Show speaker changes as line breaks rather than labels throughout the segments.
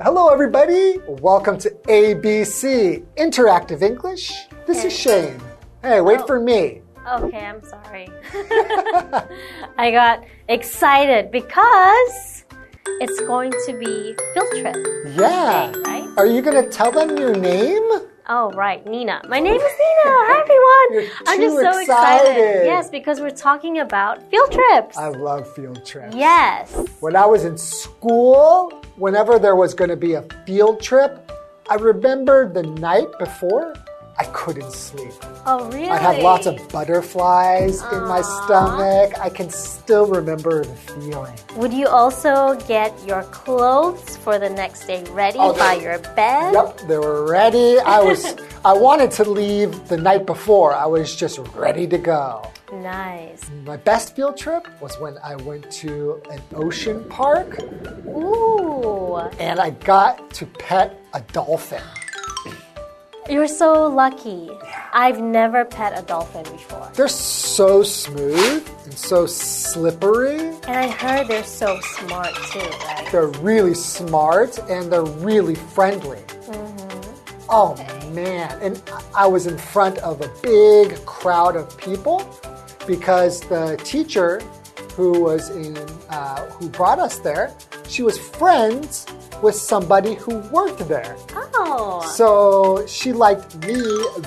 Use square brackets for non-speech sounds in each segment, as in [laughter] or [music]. Hello, everybody. Welcome to ABC Interactive English. This is Shane. Hey, wait for me.
Okay, I'm sorry. [laughs] I got excited because it's going to be field trip,
Yeah.
right?
Are you going to tell them your name?
Oh, right, Nina. My name is Nina.
[laughs]
Hi, everyone.
You're
I'm just
too
so
excited.
Yes, because we're talking about field trips.
I love field trips.
yes.
When I was in school, whenever there was going to be a field trip, I remember the night before, I couldn't sleep.
Oh, really?
I had lots of butterflies in my stomach. I can still remember the feeling.
Would you also get your clothes for the next day ready
Oh,
by
they-
your bed?
Yep, they were ready. I was I wanted to leave the night before. I was just ready to go.
Nice.
My best field trip was when I went to an ocean park
Ooh,
and I got to pet a dolphin.
you're so lucky. I've never pet a dolphin before.
They're so smooth and so slippery.
And I heard they're so smart too, right?
They're really smart and they're really friendly. Oh man. And I- I was in front of a big crowd of people because the teacher who was in, uh, who brought us there, she was friends with somebody who worked there.
Oh,
So she liked me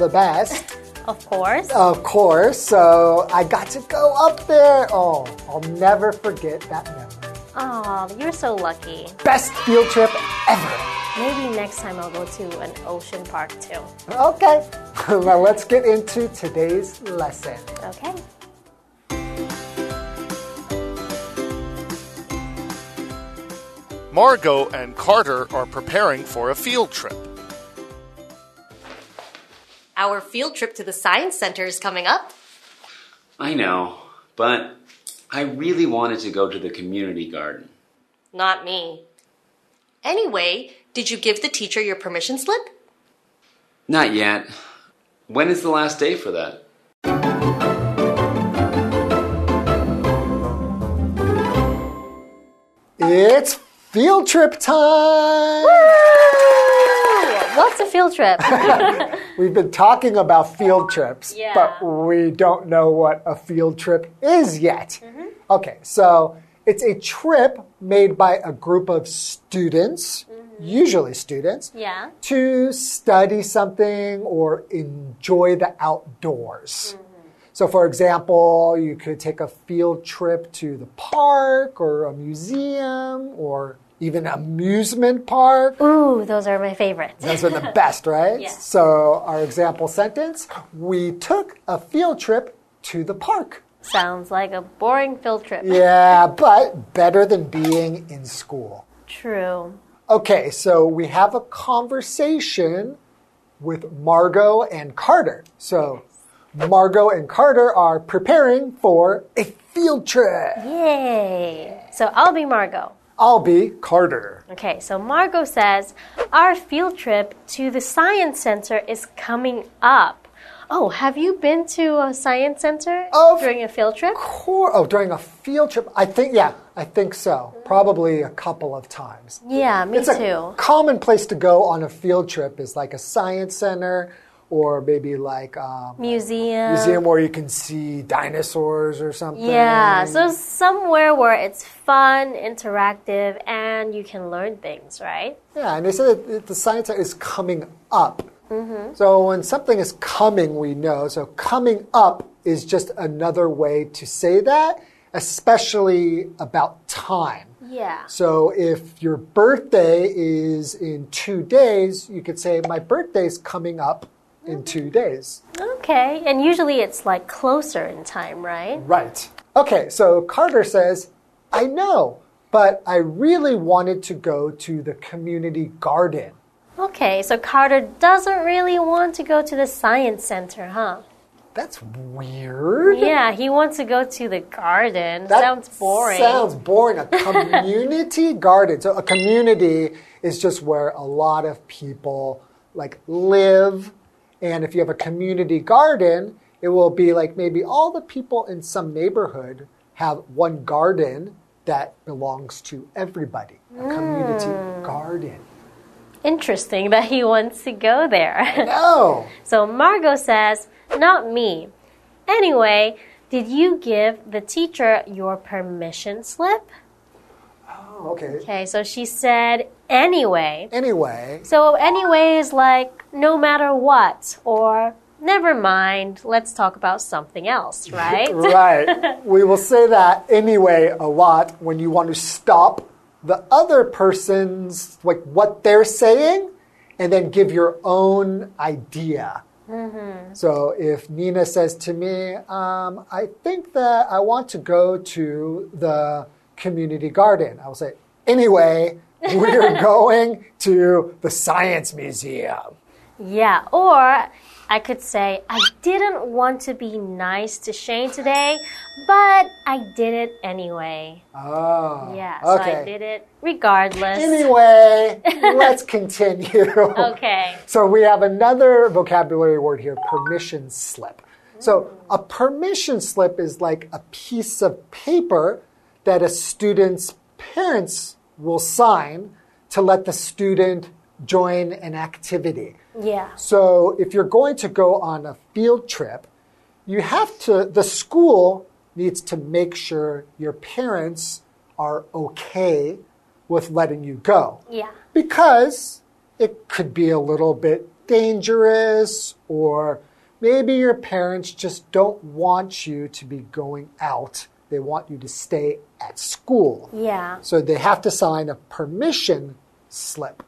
the best.
of course.
Of course, so I got to go up there. Oh, I'll never forget that memory.
Oh, you're so lucky.
Best field trip ever.
Maybe next time I'll go to an ocean park too.
Okay, [laughs] now let's get into today's lesson.
Okay.
Margot and Carter are preparing for a field trip.
Our field trip to the Science Center is coming up.
I know, but I really wanted to go to the community garden.
Not me. Anyway, did you give the teacher your permission slip?
Not yet. When is the last day for that?
It's field trip time!
What's a field
[laughs]
trip?
We've been talking about field trips,
Yeah.
but we don't know what a field trip is yet. Okay, so it's a trip made by a group of students, usually students,
yeah.
to study something or enjoy the outdoors. So, for example, you could take a field trip to the park or a museum or even amusement park.
[laughs] Ooh, those are my favorites.
Those are the best, right?
Yeah.
So, our example sentence we took a field trip to the park.
Sounds like a boring field trip.
Yeah, but better than being in school.
True.
Okay, so we have a conversation with Margot and Carter. So, Margot and Carter are preparing for a field trip.
Yay. So I'll be Margot.
I'll be Carter.
Okay, so Margot says, Our field trip to the Science Center is coming up. Oh, have you been to a Science Center
Of
during a field trip?
Cor- oh, during a field trip? I think, yeah, I think so. Probably a couple of times.
Yeah, me
It's a
too.
common place to go on a field trip is like a science center or maybe like a
Museum.
museum where you can see dinosaurs or something.
Yeah, so somewhere where it's fun, interactive, and you can learn things, right?
Yeah, and they said that the science is coming up. So when something is coming, we know. So coming up is just another way to say that, especially about time.
Yeah.
So if your birthday is in two days, you could say, My birthday's coming up in two days.
Okay, and usually it's like closer in time, right?
Right. Okay, so Carter says, I know, but I really wanted to go to the community garden.
Okay, so Carter doesn't really want to go to the Science Center, huh?
That's weird.
Yeah, he wants to go to the garden.
That
sounds boring.
Sounds boring.
[laughs]
A community garden. So a community is just where a lot of people like live. And if you have a community garden, it will be like maybe all the people in some neighborhood have one
Hmm.
garden that belongs to everybody. A community garden.
interesting that he wants to go there. [laughs]
No.
so Margot says, Not me. Anyway, did you give the teacher your permission slip?
Oh, okay.
Okay, so she said, Anyway.
Anyway,
So, anyway is like no matter what, or never mind, let's talk about
[laughs]
something else, right?
right. we will say that anyway a lot when you want to stop the other person's like what they're saying and then give your own idea. So if Nina says to me, um, I think that I want to go to the community garden, I will say, anyway, we're going to the science museum.
Yeah, or I could say, I didn't want to be nice to Shane today, but I did it anyway.
Oh,
Yeah, so I
okay.
did it regardless.
Anyway, let's continue.
Okay.
So we have another vocabulary word here permission slip. So a permission slip is like a piece of paper that a student's parents will sign to let the student join an activity.
Yeah.
So if you're going to go on a field trip, you have to, the school needs to make sure your parents are okay with letting you go.
Yeah.
Because it could be a little bit dangerous, or maybe your parents just don't want you to be going out. They want you to stay at school.
Yeah.
So they have to sign a permission slip.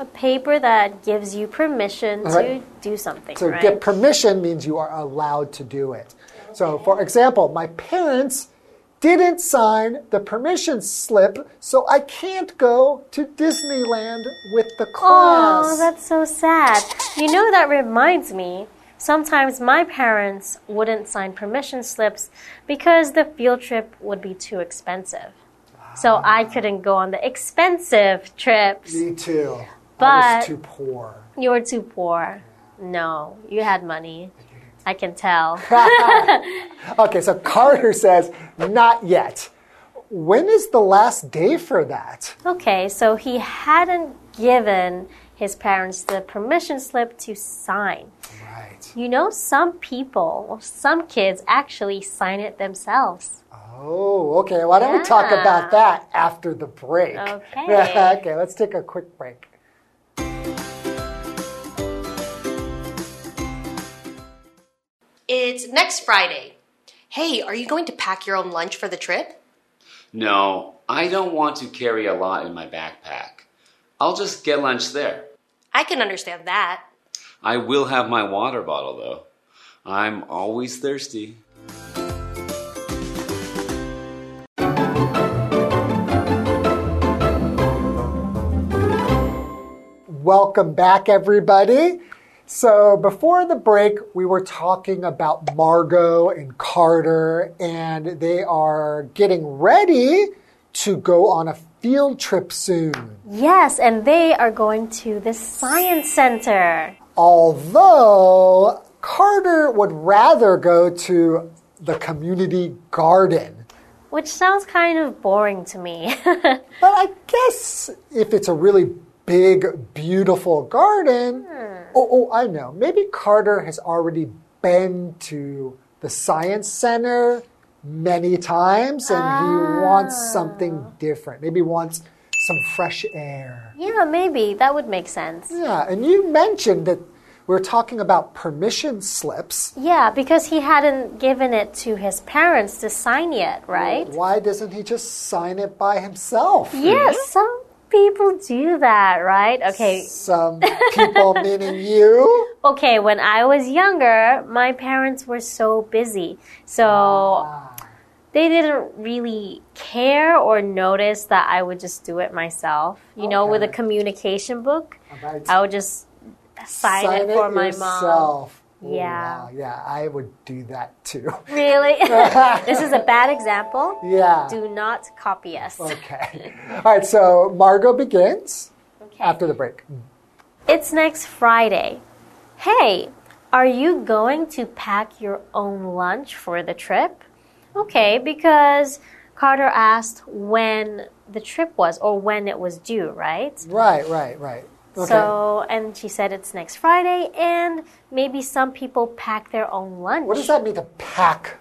A paper that gives you permission to
Right.
do something,
So
right?
get permission means you are allowed to do it. So for example, my parents didn't sign the permission slip, so I can't go to Disneyland with the class.
Oh, that's so sad. You know, that reminds me. Sometimes my parents wouldn't sign permission slips because the field trip would be too expensive. So I couldn't go on the expensive trips.
Me too. I
But-
was too poor.
You were too poor. No, you had money. I can tell.
Okay, so Carter [laughs] says, not yet. When is the last day for that?
Okay, so he hadn't given his parents the permission slip to sign.
Right.
You know, some people, some kids actually sign it themselves.
Oh, okay. Why don't we talk
Yeah.
about that after the break?
Okay.
[laughs] okay, let's take a quick break.
It's next Friday. Hey, are you going to pack your own lunch for the trip?
No, I don't want to carry a lot in my backpack. I'll just get lunch there.
I can understand that.
I will have my water bottle, though. I'm always thirsty.
Welcome back, everybody. So, before the break, we were talking about Margot and Carter, and they are getting ready to go on a field trip soon.
Yes, and they are going to the science center.
Although Carter would rather go to the community garden.
Which sounds kind of boring to me. [laughs]
But I guess if it's a really big, beautiful garden. Oh, oh, I know. Maybe Carter has already been to the science center many times and he wants something different. Maybe wants some fresh air.
yeah, maybe that would make sense.
Yeah, and you mentioned that we're talking about permission slips.
Yeah, because he hadn't given it to his parents to sign yet, right?
Why doesn't he just sign it by himself?
Yes, some people do that, right? Okay.
Some
[laughs]
people, meaning you.
Okay, when I was younger, my parents were so busy. So they didn't really care or notice that I would just do it myself. You know, with a
Okay.
communication book.
Right.
I would just sign, it for my mom.
yourself. Ooh,
Yeah.
wow. Yeah, I would do that too. [laughs]
Really? [laughs] this is a bad example.
Yeah.
Do not copy us.
Okay. All right, so Margot begins after the break.
It's next Friday. Hey, are you going to pack your own lunch for the trip? Okay, because Carter asked when the trip was or when it was due, right?
Right, right, right. Okay.
So, and she said it's next Friday, and maybe some people pack their own lunch.
what does that mean to pack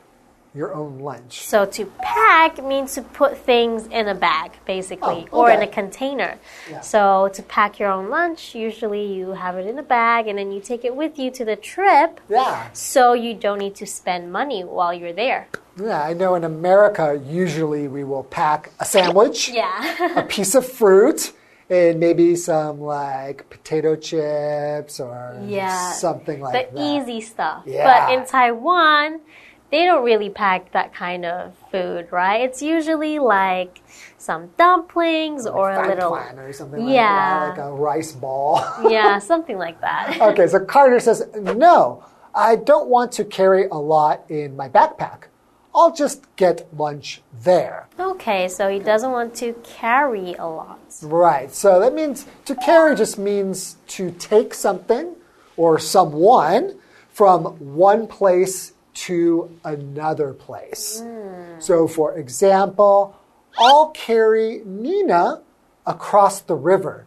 your own lunch?
So to pack means to put things in a bag, basically,
Oh,
or in
okay.
a container.
Yeah.
So to pack your own lunch, usually you have it in a bag and then you take it with you to the trip.
Yeah.
So you don't need to spend money while
[laughs]
you're there.
Yeah, I know in America, usually we will pack a sandwich,
Yeah. [laughs]
a piece of fruit, and maybe some like potato chips or
yeah.
something like
the
that.
easy stuff. But
Yeah.
in Taiwan, they don't really pack that kind of food, right? It's usually like some dumplings or a
Fan
little
plan or something
Yeah.
like that, like a rice ball. [laughs]
Yeah, something like that.
okay, so Carter says, No, I don't want to carry a lot in my backpack. I'll just get lunch there.
Okay, so he doesn't want to carry a lot.
Right. So that means to carry just means to take something or someone from one place to another place. So, for example, I'll carry Nina across the river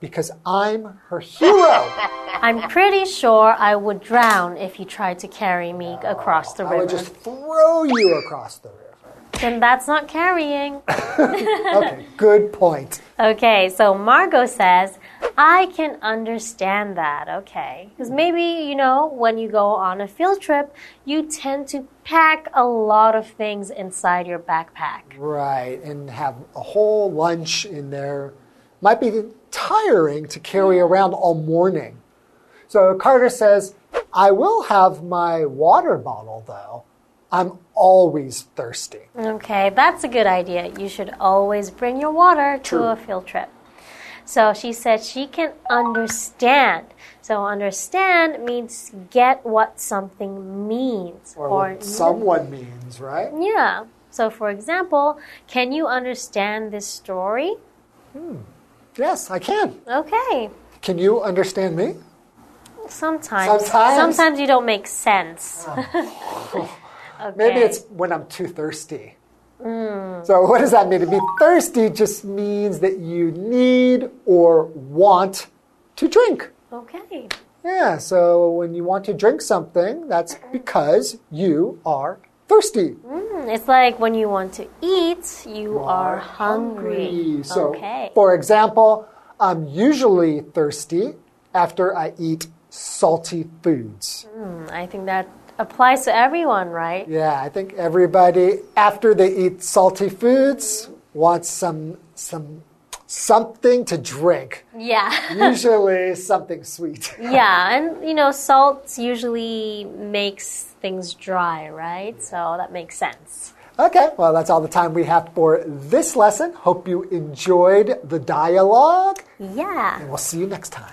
because I'm her hero.
I'm pretty sure I would drown if you tried to carry me across the
I
river.
would just throw you across the river.
Then that's not
[coughs]
carrying.
Okay, good point.
Okay, so Margot says, I can understand that. Okay. Because maybe, you know, when you go on a field trip, you tend to pack a lot of things inside your backpack.
Right, and have a whole lunch in there. Might be tiring to carry around all morning. So Carter says, I will have my water bottle though. I'm always thirsty.
Okay, that's a good idea. You should always bring your water to a field trip. So she said she can understand. So understand means get what something means
Or what someone means, right?
Yeah. So for example, can you understand this story?
Yes, I can.
Okay.
Can you understand me?
Sometimes
Sometimes. Ah.
sometimes you don't
[laughs]
make sense. [laughs] okay.
Maybe it's when I'm too thirsty. So, what does that mean? To be thirsty just means that you need or want to drink.
Okay.
Yeah, so when you want to drink something, that's because you are thirsty.
It's like when you want to eat, you are hungry.
So,
okay.
for example, I'm usually thirsty after I eat salty foods.
I think that applies to everyone, right?
Yeah, I think everybody after they eat salty foods wants some some something to drink.
[laughs] Yeah.
Usually something sweet.
yeah, and you know, salt usually makes things dry, right? So that makes sense.
Okay, well, that's all the time we have for this lesson. Hope you enjoyed the dialogue.
Yeah.
We'll see you next time.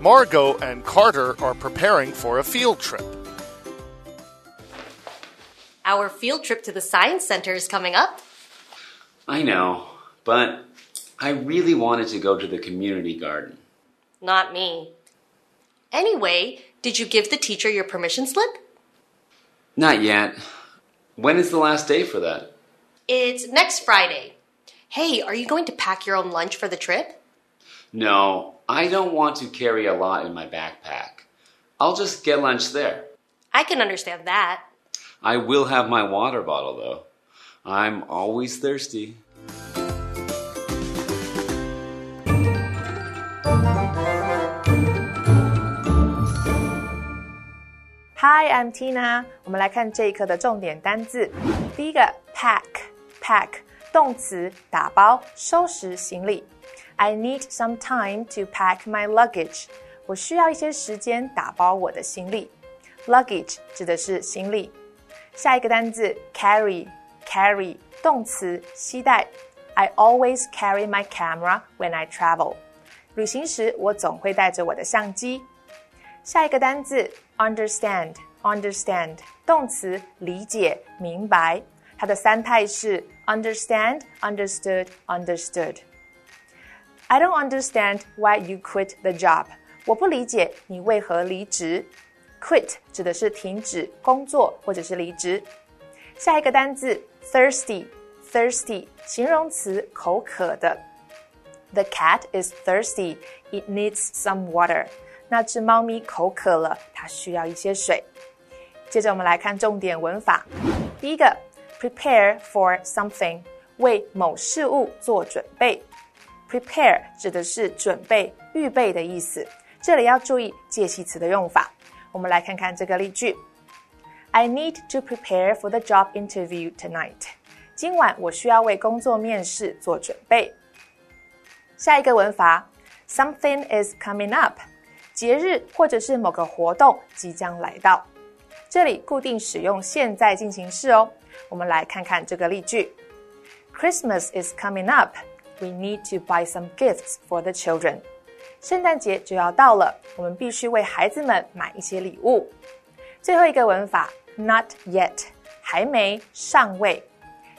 Margot and Carter are preparing for a field trip.
Our field trip to the Science Center is coming up.
I know, but I really wanted to go to the community garden.
Not me. Anyway, did you give the teacher your permission slip?
Not yet. When is the last day for that?
It's next Friday. Hey, are you going to pack your own lunch for the trip?
No, I don't want to carry a lot in my backpack. I'll just get lunch there.
I can understand that.
I will have my water bottle, though. I'm always thirsty.
Hi, I'm Tina。我们来看这一课的重点单字。第一个 pack，pack 动词，打包、收拾行李。I need some time to pack my luggage。我需要一些时间打包我的行李。Luggage 指的是行李。下一个单字 carry，carry 动词，携带。I always carry my camera when I travel。旅行时，我总会带着我的相机。下一个单字 understand understand 动词理解明白，它的三态是 understand understood understood。I don't understand why you quit the job。我不理解你为何离职。Quit 指的是停止工作或者是离职。下一个单字 thirsty，thirsty 形容词口渴的。The cat is thirsty. It needs some water. 那只猫咪口渴了，它需要一些水。接着我们来看重点文法。第一个，prepare for something，为某事物做准备。Prepare 指的是准备、预备的意思。这里要注意介系词的用法。我们来看看这个例句：I need to prepare for the job interview tonight. 今晚我需要为工作面试做准备。下一个文法，something is coming up，节日或者是某个活动即将来到。这里固定使用现在进行式哦。我们来看看这个例句：Christmas is coming up. We need to buy some gifts for the children. 圣诞节就要到了，我们必须为孩子们买一些礼物。最后一个文法，not yet，还没，尚未。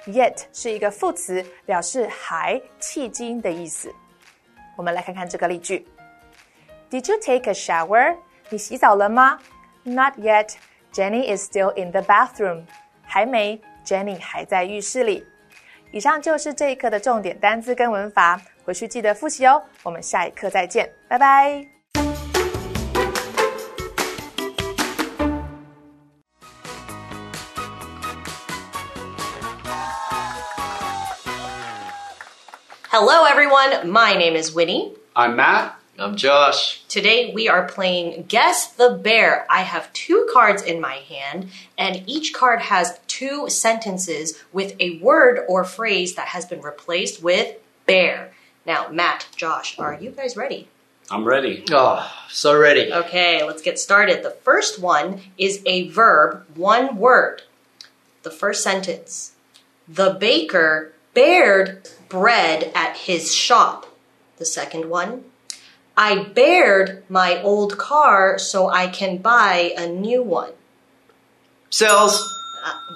Yet 是一个副词，表示还、迄今的意思。我们来看看这个例句：Did you take a shower？你洗澡了吗？Not yet. Jenny is still in the bathroom. 还没，Jenny 还在浴室里。以上就是这一课的重点单词跟文法，回去记得复习哦。我们下一课再见，拜拜。
Hello, everyone. My name is Winnie.
I'm Matt.
I'm Josh.
Today we are playing Guess the Bear. I have two cards in my hand, and each card has two sentences with a word or phrase that has been replaced with bear. Now, Matt, Josh, are you guys ready?
I'm ready.
Oh, so ready.
Okay, let's get started. The first one is a verb, one word. The first sentence The baker bared bread at his shop. The second one I bared my old car so I can buy a new one.
Cells.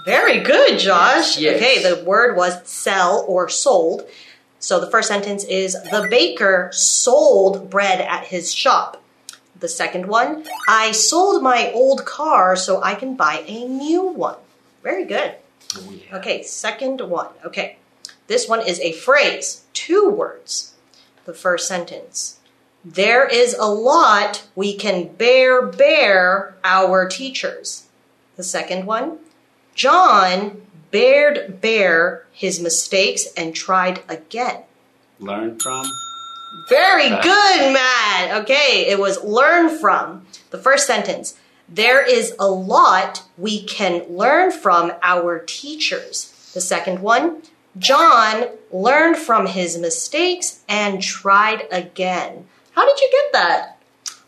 Very good, Josh.
Yes, yes.
Okay, the word was sell or sold. So the first sentence is The baker sold bread at his shop. The second one, I sold my old car so I can buy a new one. Very good.
Oh,
Okay, second one. Okay, this one is a phrase, two words. The first sentence There is a lot we can bear, bear our teachers. The second one, John bared bare his mistakes and tried again.
Learn from.
Very good, Matt. Okay, it was learn from. The first sentence There is a lot we can learn from our teachers. The second one John learned from his mistakes and tried again. How did you get that?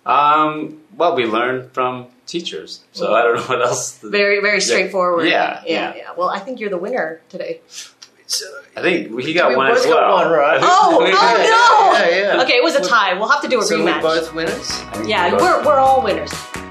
Um, well, we learn from teachers, so I don't know what else. to-
Very, very straightforward.
Yeah,
yeah,
yeah.
yeah. Well, I think you're the winner
[laughs]
today.
I think he got
We
one
both
as
got
well.
one right.
Oh,
[laughs] We-
oh no!
Yeah, yeah.
Okay, it was a tie. We'll have to do a
So we're
rematch.
both winners?
I think we
Yeah,
both-
we're, we're all winners.